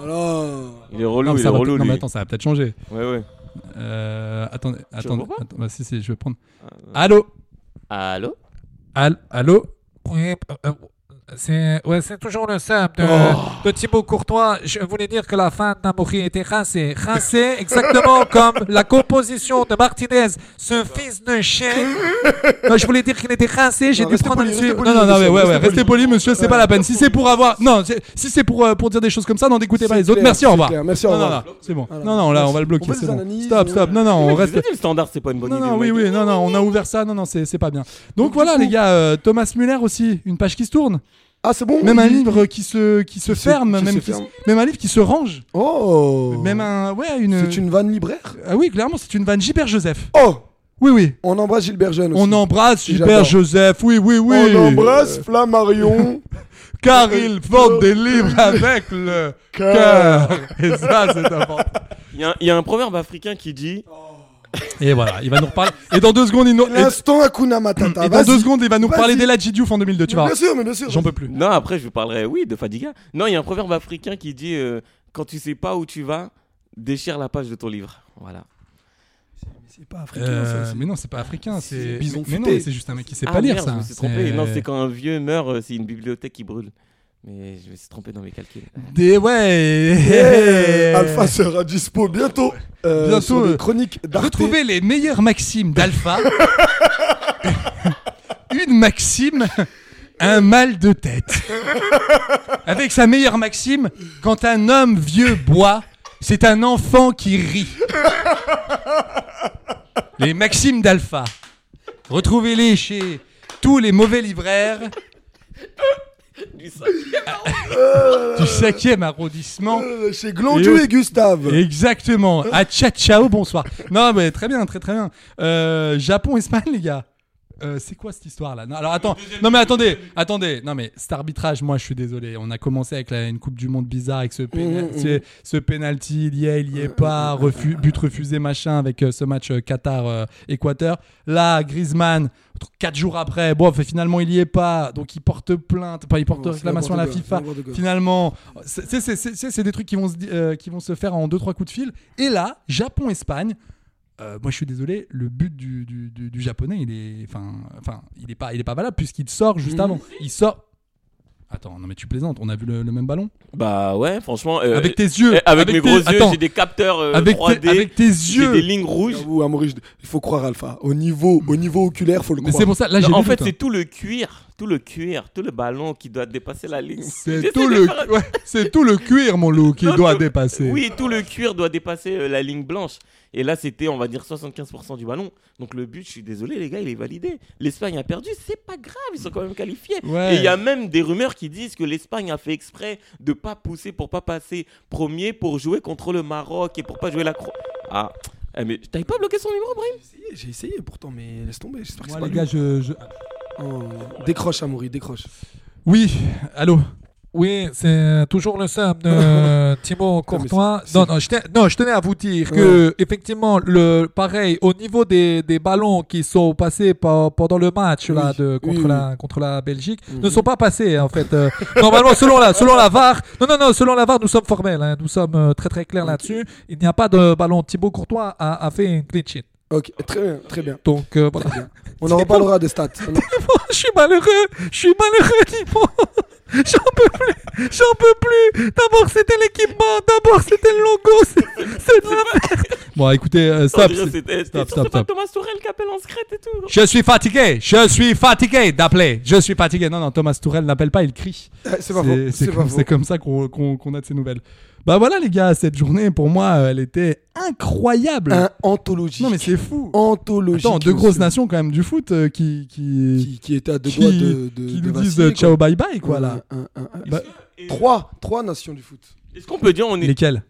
I: Voilà.
F: Il est
H: Non,
F: relou,
H: mais
F: il est
H: ça va
F: relou,
H: peut-être- non,
F: lui.
H: mais attends, ça va peut-être changer.
F: Ouais, ouais.
H: Euh, attendez, attendez,
F: vois pas
H: attends, bah, si, si, je vais prendre.
I: Ah,
H: Allô,
F: Allô
H: Al- allô.
K: Oui, euh, c'est ouais, c'est toujours le simple de,
H: Oh.
K: de Thibaut Courtois. Je voulais dire que la fin d'Amaury était rincée. Rincée exactement comme la composition de Martinez, ce fils de chien. Non, je voulais dire qu'il était rincé, j'ai
I: Non,
K: dû
I: restez
K: prendre un
I: poli,
K: dessus.
I: restez poli,
H: Non, non, non, mais
I: monsieur,
H: ouais, ouais,
I: restez
H: restez poli, monsieur, c'est pas la peine. Si c'est pour avoir, non, c'est- si c'est pour euh, pour dire des choses comme ça, n'en découtez pas
I: C'est
H: les autres.
I: clair,
H: Merci, au
I: c'est
H: revoir.
I: clair, merci, au
H: Non, non,
I: revoir.
H: non, c'est bon.
I: Voilà.
H: Non, non, là, on va le
I: On
H: bloquer.
I: fait
H: c'est
I: des
H: bon.
I: analyses,
H: Stop,
I: on-
H: stop. Non, non, on
F: Mais je vous ai
H: reste.
F: dit, le standard, c'est pas une bonne
H: Non,
F: idée.
H: non,
F: mec.
H: oui, oui, non, non, on a ouvert ça, non, non, c'est c'est pas bien. Donc
I: du
H: voilà,
I: coup-
H: les gars, euh, Thomas Muller aussi, une page qui se tourne,
I: Ah, c'est bon
H: même un livre qui se, qui se
I: Qui se-
H: ferme,
I: qui
H: même,
I: se
H: qui se-
I: ferme.
H: même un livre qui se range,
I: Oh
H: même un, ouais, une.
I: C'est une vanne libraire
H: Ah oui, clairement, c'est une vanne Gilbert Joseph.
I: Oh
H: Oui, oui.
I: On embrasse Gilbert Jeune aussi.
H: On embrasse
I: J'adore.
H: Gilbert Joseph, oui, oui, oui.
I: On embrasse Flammarion.
H: car il vend des livres avec le cœur. Et ça, c'est important. Oh.
F: Il y, a un- il y a un proverbe africain qui dit
H: Et voilà, il va nous reparler. Et dans deux secondes, il nous. et-
I: L'instant Hakuna Matata.
H: Et dans
I: vas-y.
H: deux secondes, il va nous
I: Vas-y.
H: parler d'Eladji Diouf en 2002, tu
I: Mais
H: vois.
I: bien sûr, mais bien sûr.
H: J'en peux plus.
F: Non, après, je vous parlerai, oui, de Fadiga. Non, il y a un proverbe africain qui dit euh, Quand tu sais pas où tu vas, déchire la page de ton livre. Voilà.
I: C'est pas africain.
H: Euh,
I: ça, c'est-
H: mais non, c'est pas africain, c'est.
I: Bison
H: Mais non,
I: futé.
H: c'est juste un mec qui sait
F: Ah,
H: pas lire
F: merde,
H: ça.
F: Je me suis trompé. Non, c'est quand un vieux meurt, euh, c'est une bibliothèque qui brûle. Mais je me suis trompé dans mes calculs.
H: Des ouais.
I: Eh, Alpha sera dispo bientôt. euh,
H: Bientôt,
I: sur les
H: euh,
I: chroniques d'Arte.
H: Retrouvez les meilleures maximes d'Alpha. Une maxime, un mal de tête. Avec sa meilleure maxime, quand un homme vieux boit, c'est un enfant qui rit. Les maximes d'Alpha. Retrouvez-les chez tous les mauvais libraires du 5e arrondissement.
I: Euh, Chez Glandu et Gustave.
H: Exactement. À ciao ciao, bonsoir. Non, mais très bien, très très bien. Euh, Japon, Espagne, les gars. Euh, c'est quoi cette histoire là non, Alors attends, non mais attendez, attendez, non mais cet arbitrage, moi je suis désolé. On a commencé avec la- une Coupe du Monde bizarre avec ce,
I: Mmh,
H: péna- ce, ce penalty, il y est, il y est pas, refu- but refusé machin avec euh, ce match Qatar-Équateur. Là, Griezmann, quatre jours après, bon, finalement il y est pas, donc il porte plainte, pas il porte
I: Non, c'est
H: réclamation à la
I: n'importe
H: FIFA.
I: quoi, c'est n'importe quoi.
H: Finalement, c'est- c'est- c'est c'est- c'est des trucs qui vont, se, di- euh, qui vont se faire en deux trois coups de fil. Et là, Japon-Espagne, euh, moi, je suis désolé, le but du, du- du- du japonais, il est, enfin, enfin, il est pas, il est pas valable puisqu'il sort juste
F: Mhm.
H: avant. Il sort. Attends, non mais tu plaisantes. On a vu le, le même ballon
F: Bah ouais, franchement. euh,
H: avec tes yeux.
F: eh, avec, mes
H: tes-
F: gros yeux,
H: attends,
F: j'ai des capteurs euh,
H: avec, tes-
F: 3D.
H: avec tes
F: j'ai des
H: yeux. Ah
F: lignes rouges.
I: J'avoue, hein, Maurice, il faut croire Alpha. Au niveau, au niveau oculaire, faut le
H: Mais
I: croire.
H: c'est pour ça. Là, j'ai
F: Non, en
H: vu le
F: fait,
H: doute,
F: c'est tout le cuir, tout le cuir, tout le ballon qui doit dépasser la ligne.
H: hein. c'est tout le, ouais, c'est tout le cuir, mon loup, qui
F: Non,
H: doit
F: tout-
H: dépasser.
F: Oui, tout le cuir doit dépasser euh, la ligne blanche. Et là, c'était, on va dire, 75% du ballon. Donc le but, je suis désolé, les gars, il est validé. L'Espagne a perdu, c'est pas grave, ils sont quand même qualifiés.
H: Ouais.
F: Et il y a même des rumeurs qui disent que l'Espagne a fait exprès de pas pousser pour pas passer premier pour jouer contre le Maroc et pour pas jouer la Croatie. Ah, Eh, mais t'avais pas bloqué son numéro, Brahim
I: J'ai essayé, J'ai essayé pourtant, mais laisse tomber. J'espère que
H: Moi,
I: c'est
H: les
I: pas
H: gars,
I: lui.
H: je, je-
I: Oh, Décroche, Amoury, décroche.
H: Oui. Allô.
K: Oui, c'est toujours le seum de Thibaut Courtois.
I: c'est-
K: Non, non, je tenais, non, je tenais à vous dire que, effectivement, le, pareil, au niveau des, des ballons qui sont passés par- pendant le match là,
I: Oui,
K: de, contre,
I: oui, Mhm.
K: la, contre la Belgique, ne sont pas passés, en fait. euh, normalement, selon la, selon la VAR, non, non, non, selon la VAR, nous sommes formels, hein, nous sommes euh, très, très clairs là-dessus. Il n'y a pas de ballon. Thibaut Courtois a, a fait une clean sheet.
I: Ok, très bien, très bien.
K: Donc, euh, voilà.
I: On en reparlera des stats. On en-
K: je suis malheureux, je suis malheureux, Thibaut. J'en peux plus, j'en peux plus. D'abord c'était l'équipement, d'abord c'était le logo, c'est- c'est de la merde.
H: Bon, écoutez, euh,
F: On
H: stop.
F: dirait que C'était c'était
H: stop, stop,
F: surtout pas
H: stop.
F: Thomas Tourelle qui appelle en secrète et tout.
H: Je suis fatigué. Je suis fatigué d'appeler. Je suis fatigué. Non, non, Thomas Tourelle n'appelle pas, il crie.
I: Eh, C'est pas faux.
H: C'est
I: C'est pas
H: comme,
I: faux.
H: c'est comme ça qu'on qu'on- qu'on a de ces nouvelles. Bah voilà les gars, cette journée pour moi, euh, elle était incroyable.
I: Un anthologique.
H: non mais c'est fou.
I: Anthologique.
H: Attends, deux grosses
I: monsieur.
H: nations quand même du foot euh, qui qui
I: Qui, qui étaient à deux
H: qui-
I: doigts de. de
H: qui
I: de
H: nous disent
I: vaciller,
H: euh,
I: quoi.
H: ciao bye bye quoi là.
I: Un- un- un-
H: Bah,
I: Trois, trois nations du foot.
F: Est-ce qu'on peut dire on est
H: lesquelles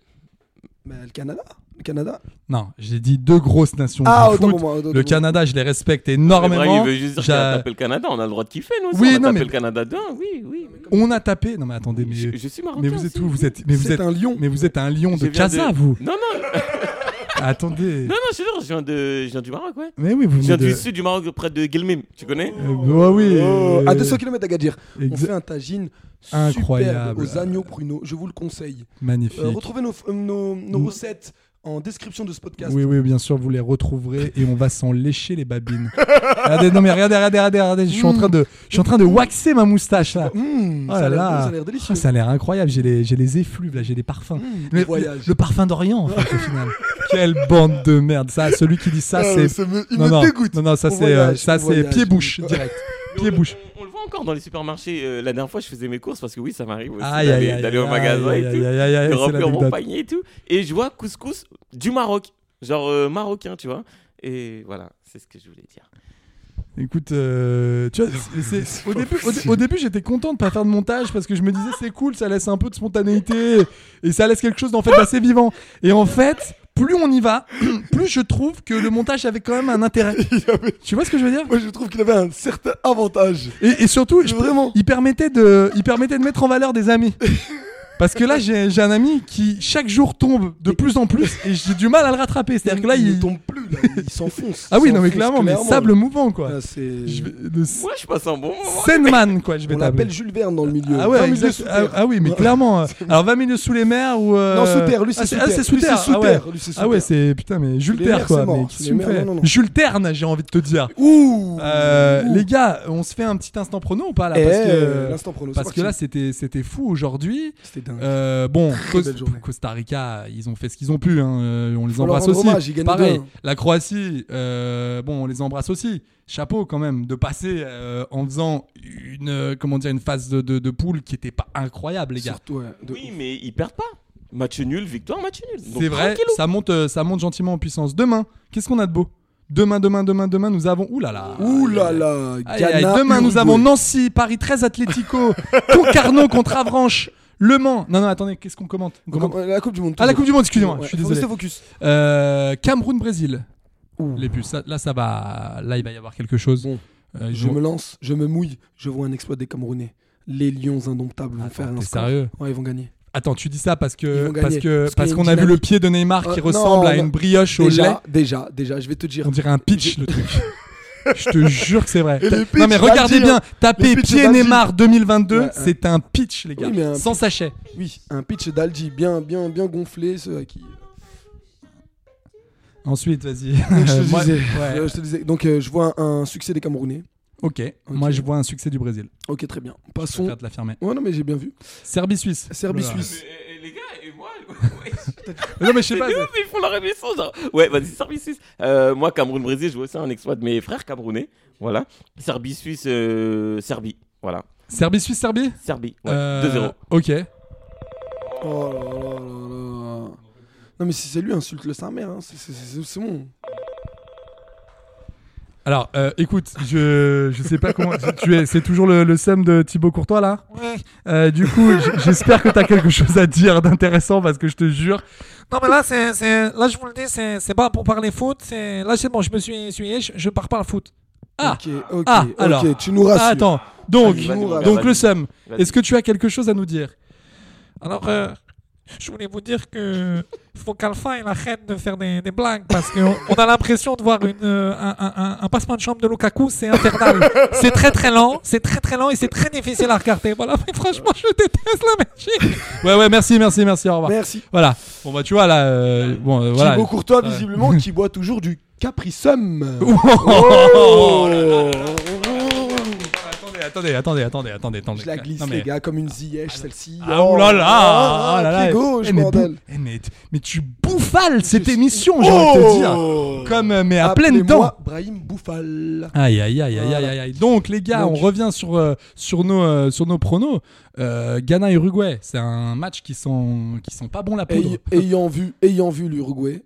I: Mais le Canada, le Canada.
H: Non, j'ai dit deux grosses nations
I: Ah,
H: du
I: autant
H: foot.
I: pour moi, autant
H: le
I: pour moi.
H: Canada, je les respecte
F: Mais Brahim,
H: énormément.
F: il veut juste dire qu'il
H: J'a-
F: a tapé le Canada, on a le droit de kiffer, nous aussi.
H: Oui,
F: on a
H: non,
F: tapé
H: mais-
F: le Canada d'un, oui, oui.
H: On a tapé. Non mais attendez, mais
F: Je, je suis marocain.
H: mais vous êtes
F: aussi,
H: où
F: oui.
H: Vous êtes mais vous
I: C'est
H: êtes
I: un lion.
H: mais vous êtes un lion
F: Je
H: de
F: viens
H: Gaza vous.
F: Non, non, non,
H: Attendez.
F: non, je suis sûr, je viens, de... je viens du Maroc, ouais.
H: Mais oui, vous
F: Je viens
H: venez de...
F: du sud du Maroc, près de Guilmim, tu connais
H: Euh, bah oui.
I: Oh,
F: Ah,
H: euh,
I: à 200 km d'Agadir. On
H: exa-
I: fait un tagine
H: Incroyable.
I: superbe aux agneaux pruneaux. Je vous le conseille.
H: Magnifique.
I: Euh, retrouvez nos, euh, nos, nos
H: Mm.
I: recettes en description de ce podcast.
H: Oui, oui, bien sûr, vous les retrouverez et on va s'en lécher les babines. regardez, non mais regardez, regardez, regardez, je suis en train de, je suis en train de waxer ma moustache là.
I: Mm,
H: Oh
I: ça
H: là
I: a l'air bon,
H: là,
I: ça a l'air délicieux. Mmh,
H: Oh, ça a l'air incroyable, j'ai les, j'ai les effluves là, j'ai les parfums.
I: du
H: le,
I: voyage.
H: le- le parfum d'Orient en fait au final. Quelle bande de merde ça, celui qui dit ça
I: Ah,
H: c'est...
I: ça me- il
H: non,
I: me
H: non,
I: dégoûte.
H: non, non, ça
I: On
H: c'est, euh,
I: voyage,
H: ça
I: on
H: c'est
I: voyage.
H: pied-bouche direct.
F: Mais on-
H: Pied-bouche.
F: On, on le voit encore dans les supermarchés. euh, la dernière fois, je faisais mes courses parce que oui, ça m'arrive aussi
H: Aïe, aïe,
F: d'aller
H: aïe,
F: d'aller au
H: aïe,
F: magasin
H: aïe,
F: et
H: aïe,
F: tout,
H: aïe, aïe, aïe,
F: de
H: c'est
F: remplir mon
H: l'anecdote.
F: panier et tout. Et je vois couscous du Maroc, genre euh, marocain, tu vois. Et voilà, c'est ce que je voulais dire.
H: Écoute, euh, tu vois, c'est- c'est- au début, au dé- au début, j'étais content de pas faire de montage parce que je me disais c'est cool, ça laisse un peu de spontanéité et ça laisse quelque chose d'en fait assez vivant. Et en fait, plus on y va, plus je trouve que le montage avait quand même un intérêt. Tu vois ce que je veux dire
I: Moi, je trouve qu'il avait un certain avantage.
H: et, et surtout, je-
I: Vraiment.
H: il permettait de, il permettait de mettre en valeur des amis. Parce que là, j'ai j'ai un ami qui chaque jour tombe de plus en plus et j'ai du mal à le rattraper. C'est-à-dire que là, il,
I: tombe plus, là, il s'enfonce.
H: Ah oui, non, mais
I: S'enfonce
H: clairement, mais
I: clairement,
H: sable
I: là.
H: mouvant, quoi.
I: Ah, c'est-
H: Je vais- de-
F: Moi, je passe un bon moment.
H: Sandman, quoi, je vais
I: On l'appelle
H: t'appeler.
I: Jules Verne dans le milieu.
H: Ah, ouais,
I: 20 milieux
H: exact-
I: sous
H: ah-
I: terre.
H: ah oui, mais clairement. euh, Alors 20 minutes sous les mers ou. euh,
I: Non, sous terre, lui, c'est
H: ah,
I: sous
H: ah,
I: terre.
H: sous
I: Lui, c'est
H: terre.
I: sous
H: ah ouais.
I: terre, lui, c'est sous
H: Ah ouais,
I: terre.
H: c'est. Putain, mais Jules
I: les
H: Terre,
I: mers,
H: quoi.
I: c'est mort.
H: mais
I: Sous
H: qu'est-ce
I: les
H: que tu me
I: mers,
H: fais
I: non, non, non.
H: Jules Terne, j'ai envie de te dire.
I: Ouh
H: Euh, les gars, on se fait un petit instant prono ou pas là
I: Eh,
H: Parce que,
I: l'instant prono, c'est
H: euh, parce
I: parti.
H: que là, c'était c'était fou aujourd'hui.
I: C'était dingue.
H: Euh, bon, Cos-
I: belle journée.
H: Costa Rica, ils ont fait ce qu'ils ont pu. hein, euh, On les
I: Faut leur
H: embrasse
I: rendre
H: aussi.
I: hommage, ils gagnent
H: Pareil,
I: deux, hein.
H: la Croatie, euh, bon, on les embrasse aussi. Chapeau quand même de passer euh, en faisant une euh, comment dire une phase de, de- de poule qui était pas incroyable, les gars.
I: Surtout, ouais, de
F: Oui,
I: ouf.
F: mais ils perdent pas. Match nul, victoire, match nul. Donc,
H: C'est vrai,
F: tranquillou.
H: ça monte, euh, ça monte gentiment en puissance. Demain, qu'est-ce qu'on a de beau Demain, demain, demain, demain, nous avons. Ouh là là.
I: Ouh Ah, là là,
H: Aïe, aïe,
I: Ghana,
H: Demain, nous
I: Uruguay.
H: avons Nancy, Paris 13, Atlético, Concarneau contre Avranches, Le Mans. Non, non, attendez, qu'est-ce qu'on commente On
I: On
H: commente-
I: commence- euh, La Coupe du Monde.
H: Ah, la
I: toujours.
H: Coupe du Monde, excusez-moi,
I: Ouais,
H: je suis
I: faut
H: désolé.
I: Rester focus.
H: Euh, Cameroun-Brésil.
I: Ouh.
H: Les puces, ça- là, ça va. Là, il va y avoir quelque chose.
I: Bon,
H: Euh, ils
I: Je
H: ont-
I: me lance, je me mouille, je vois un exploit des Camerounais. Les Lions indomptables vont faire un
H: t'es
I: score.
H: sérieux
I: Ouais, ils vont gagner.
H: Attends, tu dis ça parce
I: Ils
H: que
I: vont gagner,
H: parce que
I: parce
H: parce
I: qu'il y a
H: qu'on
I: une
H: a vu le
I: dynamique.
H: pied de Neymar qui
I: Euh,
H: ressemble
I: non,
H: à
I: non.
H: une brioche au lait.
I: Déjà, déjà, déjà, je vais te dire.
H: On dirait un pitch le truc. Je te jure que c'est vrai.
I: Et les
H: non mais
I: pitchs,
H: regardez
I: vas-y,
H: bien,
I: hein.
H: tapez
I: Les pitchs,
H: pied
I: vas-y.
H: Neymar 2022,
I: Ouais, ouais.
H: c'est un pitch les gars,
I: Oui, mais un
H: sans sachet.
I: Oui, un pitch d'Aldi bien, bien, bien gonflé, ceux à qui. euh,
H: Ensuite, vas-y.
I: Donc, je, te
H: Moi-
I: disais,
H: ouais.
I: je te disais. Donc euh, je vois un, un succès des Camerounais.
H: OK. Moi je vois un succès du Brésil.
I: Ok, très bien.
H: Je
I: Passons.
H: préfère te l'affirmer.
I: Ouais, non, mais j'ai bien vu.
H: Serbie Suisse.
I: Serbie
H: Oula.
I: Suisse.
F: Eh, eh, les gars, et moi,
H: Non mais je sais
F: Mais
H: pas.
F: nous, ils font leur émission, genre. Ouais, vas-y, Serbie-Suisse. Euh, moi, Cameroun-Brésil, je vois ça un exploit de mes frères camerounais. Voilà. Serbie-Suisse, euh, Serbie. Voilà.
H: Serbie Suisse Serbie
F: Serbie. Ouais.
H: Euh,
F: 2-0.
H: OK.
I: Oh là là là là là. Non mais si c'est lui insulte le saint mère, hein. c'est, c'est- c'est- c'est bon.
H: Alors, euh, écoute, je, je sais pas comment. Tu es, c'est toujours le, le seum de Thibaut Courtois là
K: Ouais.
H: Euh, Du coup, j- j'espère que t'as quelque chose à dire d'intéressant parce que je te jure.
K: Non, mais là, c'est, c'est- là, je vous le dis, c'est, c'est pas pour parler foot. C'est, là, c'est bon, je me suis essuyé, je, je pars pas le foot.
H: Ah,
I: ok, ok,
H: ah,
I: ok,
H: alors.
I: tu nous rassures.
H: Ah, attends, donc,
I: Vas-y, vas-y, mon gars,
H: donc
F: vas-y.
H: le seum,
F: Vas-y.
H: est-ce que tu as quelque chose à nous dire
K: Alors, euh, je voulais vous dire que Focalfa, il arrête de faire des, des blagues parce qu'on on a l'impression de voir une, euh, un, un- un- un passement de chambre de Lukaku, c'est infernal. c'est très très lent, c'est très très lent et c'est très difficile à regarder. Voilà, mais franchement, je déteste la Belgique.
H: Ouais, ouais, merci, merci, merci, au revoir.
I: Merci.
H: Voilà, bon, bah, tu vois là, euh, bon, euh, voilà.
I: Thibaut Courtois
H: Ouais.
I: visiblement qui boit toujours du Caprisum.
H: Oh
I: Oh.
H: attendez, attendez, attendez, attendez, attendez, attendez.
I: Je la glisse
H: Non, mais-
I: les gars comme une ziyech celle-ci.
H: Ah oh là là,
I: Ah,
H: oh là là.
I: pied gauche
H: Eh, mais,
I: bordel.
H: bou- eh, mais, t- mais tu bouffales cette émission, j'ai envie de te dire. Comme euh, mais à pleine dent.
I: Oh. Appelez-moi Brahim Bouffal.
H: Aïe aïe aïe aïe aïe
I: Voilà.
H: aïe. aïe. Donc les gars,
I: Donc.
H: on revient sur euh, sur nos euh, sur nos pronos. Euh, Ghana et Uruguay, c'est un match qui sont qui sont pas bons la poudre.
I: Ay- ayant vu, ayant vu l'Uruguay,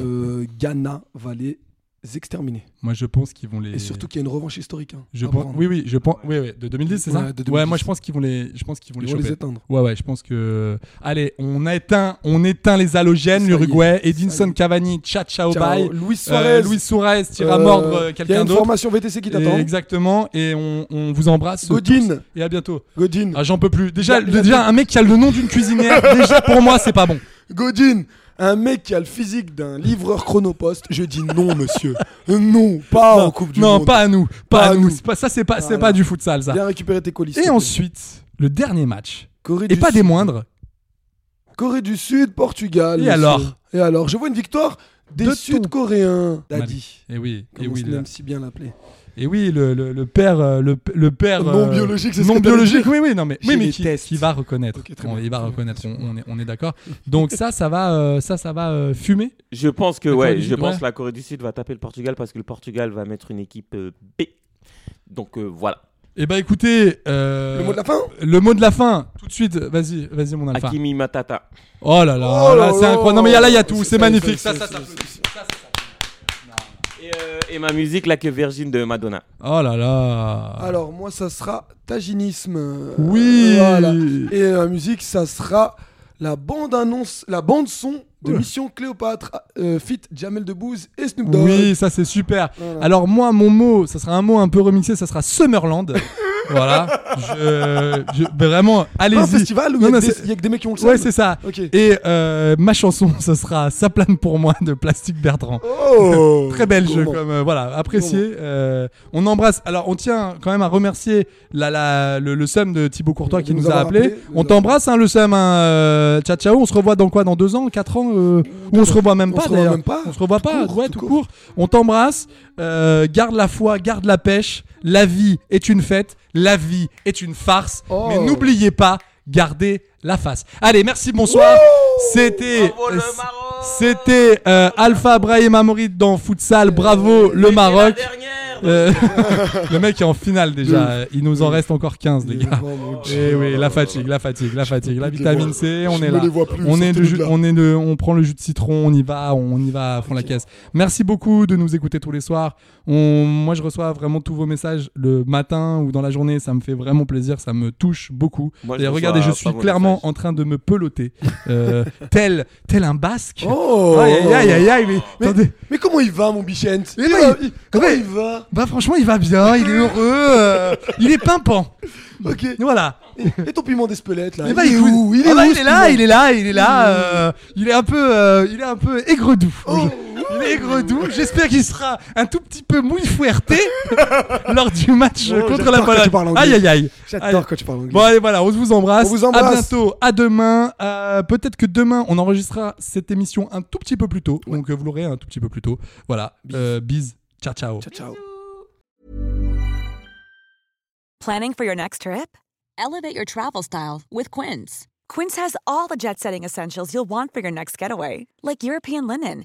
I: euh, Ghana va les exterminer.
H: Moi je pense qu'ils vont les
I: Et surtout qu'il y a une revanche historique. hein,
H: je
I: à
H: pense
I: prendre.
H: oui oui, je pense oui oui, de 2010 c'est ça
I: Ouais, de
H: Ouais, moi
I: 2010.
H: je pense qu'ils vont les je pense qu'ils vont
I: Ils
H: les
I: vont les
H: choper.
I: éteindre.
H: Ouais ouais, je pense que allez, on éteint on éteint les halogènes
I: Ça y est,
H: l'Uruguay,
I: ça y est.
H: Edinson Cavani, ciao ciao
I: Ciao,
H: bye.
I: Luis Suarez.
H: Euh, Luis Suarez tire à
I: Euh,
H: mordre euh,
I: Il y a
H: quelqu'un
I: une
H: d'autre.
I: formation VTC qui
H: Et
I: t'attend.
H: Exactement, et on, on vous embrasse
I: Godin.
H: tous. et à bientôt.
I: Godin.
H: Ah, j'en peux plus. Déjà,
I: Y a-
H: le-
I: y a-
H: déjà un mec qui a le nom d'une cuisinière, déjà pour moi, c'est pas bon.
I: Godin. Un mec qui a le physique d'un livreur chronopost. Je dis non, monsieur. non, pas en Coupe du
H: non,
I: Monde.
H: pas à nous, pas,
I: Pas
H: à
I: à
H: nous.
I: nous.
H: C'est pas- ça, c'est pas, c'est
I: Voilà.
H: pas du futsal, ça.
I: Bien récupérer tes colis. s'il
H: Et
I: te plaît.
H: ensuite, le dernier match,
I: Corée
H: et
I: du
H: pas
I: Sud.
H: des moindres.
I: Corée du Sud, Portugal.
H: Et
I: monsieur.
H: alors
I: Et alors Je vois une victoire des
H: De ton-
I: Sud-Coréens. Daddy.
H: Et oui, et Euh,
I: Comme
H: oui,
I: on
H: là.
I: aime si bien l'appeler.
H: et oui, le, le- le père, euh, le, le père
I: Non biologique, c'est ce
H: non
I: que t'allais
H: biologique.
I: dire.
H: Oui, oui, non mais,
I: Chez
H: oui, mais
I: les
H: qui,
I: tests.
H: qui va reconnaître.
I: Ok, très
H: On-
I: bien,
H: il va
I: très bien,
H: reconnaître.
I: bien sûr.
H: On, on est, on est d'accord. Donc ça, ça va, euh, ça, ça va euh, fumer.
F: Je pense que,
H: La Corée
F: ouais,
H: du
F: je
H: Sud,
F: pense
H: ouais.
F: que la Corée du Sud va taper le Portugal parce que le Portugal va mettre une équipe euh, B. Donc, euh, voilà.
H: Eh ben, écoutez, euh,
I: Le mot de la fin
H: le mot de la fin, tout de suite, vas-y, vas-y mon alpha.
F: Hakimi Matata.
H: Oh là là,
I: Oh
H: là,
I: là
H: c'est
I: là.
H: incroyable. Non mais il y a là, il y a tout,
I: C'est-
H: c'est
I: ça,
H: magnifique.
I: ça,
H: Ça, ça,
I: ça,
H: ça.
I: ça,
F: Et, euh, et ma musique, la que Virgin de Madonna.
H: Oh là là.
I: Alors moi ça sera Taginisme. Euh,
H: Oui.
I: voilà. Et euh, la musique ça sera la bande annonce, la bande son de Mission Cléopâtre euh, fit Jamel Debbouze et Snoop Dogg.
H: Oui, ça c'est super.
I: Voilà.
H: Alors moi, mon mot, ça sera un mot un peu remixé, ça sera Summerland. voilà. Je, je- mais vraiment, allez-y.
I: un festival où il y a
H: Non, non,
I: que des-
H: c'est-
I: il y a que des mecs qui ont le
H: Ouais,
I: seum
H: c'est ça.
I: Ok.
H: Et euh, ma chanson, ce sera Ça plane pour moi de Plastique Bertrand.
I: Oh
H: Très bel jeu,
I: Gourmand.
H: comme euh, voilà, apprécié. Euh, on embrasse. Alors, on tient quand même à remercier la, la- le, le SEM de Thibaut Courtois
I: De
H: qui
I: nous
H: nous, a
I: avoir
H: appelés.
I: appelés, de nous
H: on t'embrasse, hein, le SEM. Hein, euh, ciao, ciao. On se revoit dans quoi Dans deux ans, quatre ans euh, Ou on se revoit même
I: On
H: pas
I: se revoit
H: d'ailleurs.
I: même pas.
H: On se revoit pas,
I: court,
H: ouais,
I: tout
H: tout, court. On t'embrasse. Euh, garde la foi, garde la pêche. La vie est une fête. La vie est une farce.
I: Oh.
H: Mais n'oubliez pas, gardez la face. Allez, merci, bonsoir. C'était. C'était euh, Alpha Brahim Amorid dans Futsal. Bravo le Maroc. Euh, le mec est en finale déjà. Euh, Il nous en reste encore 15 les gars. Eh oui, la fatigue, la fatigue, la fatigue, la vitamine C, on
I: Je
H: est
I: me
H: là.
I: les vois plus,
H: On est le
I: sortez-nous
H: jus-
I: de là.
H: on est le- on prend le jus de citron, on y va, on y va à fond la caisse. Merci beaucoup de nous écouter tous les soirs. On, moi je reçois vraiment tous vos messages le matin ou dans la journée, ça me fait vraiment plaisir, ça me touche beaucoup.
F: Moi, je
H: Et
F: reçois
H: regardez, je
F: pas
H: suis
F: vos
H: clairement
F: messages.
H: en train de me peloter, euh, tel tel un basque.
I: Oh
H: Aïe aïe aïe aïe aïe, mais
I: Mais,
H: attendez.
I: mais comment il va, mon Bichente
H: Mais
I: Il
H: non,
I: va-
H: il-
I: il- Comment
H: mais-
I: il va
H: Bah franchement, il va bien, il est heureux, euh, il est pimpant.
I: Ok.
H: Voilà.
I: Et ton piment d'Espelette, là
H: Eh ben,
I: Il est
H: écoute,
I: où Il
H: ah
I: est
H: bah,
I: où
H: il est là, il est là, il est là. euh, il est un peu, euh, il est un peu aigre-doux.
I: Oh.
H: il est aigre-doux. J'espère qu'il sera un tout petit peu mouille fuerté lors du match euh,
I: Oh,
H: contre
I: j'adore
H: la
I: quand tu parles
H: Pologne.
I: anglais.
H: Aïe aïe aïe. Aïe.
I: J'adore quand tu parles anglais.
H: Bon allez voilà, on vous embrasse.
I: On vous embrasse.
H: À bientôt, à demain. Euh, Peut-être que demain on enregistrera cette émission un tout petit peu plus tôt, donc euh, vous l'aurez un tout petit peu plus tôt. Voilà. Euh, Bis. Ciao ciao.
I: Ciao, ciao.
J: Planning for your next trip? Elevate your travel style with Quince. Quince has all the jet setting essentials you'll want for your next getaway, like European linen,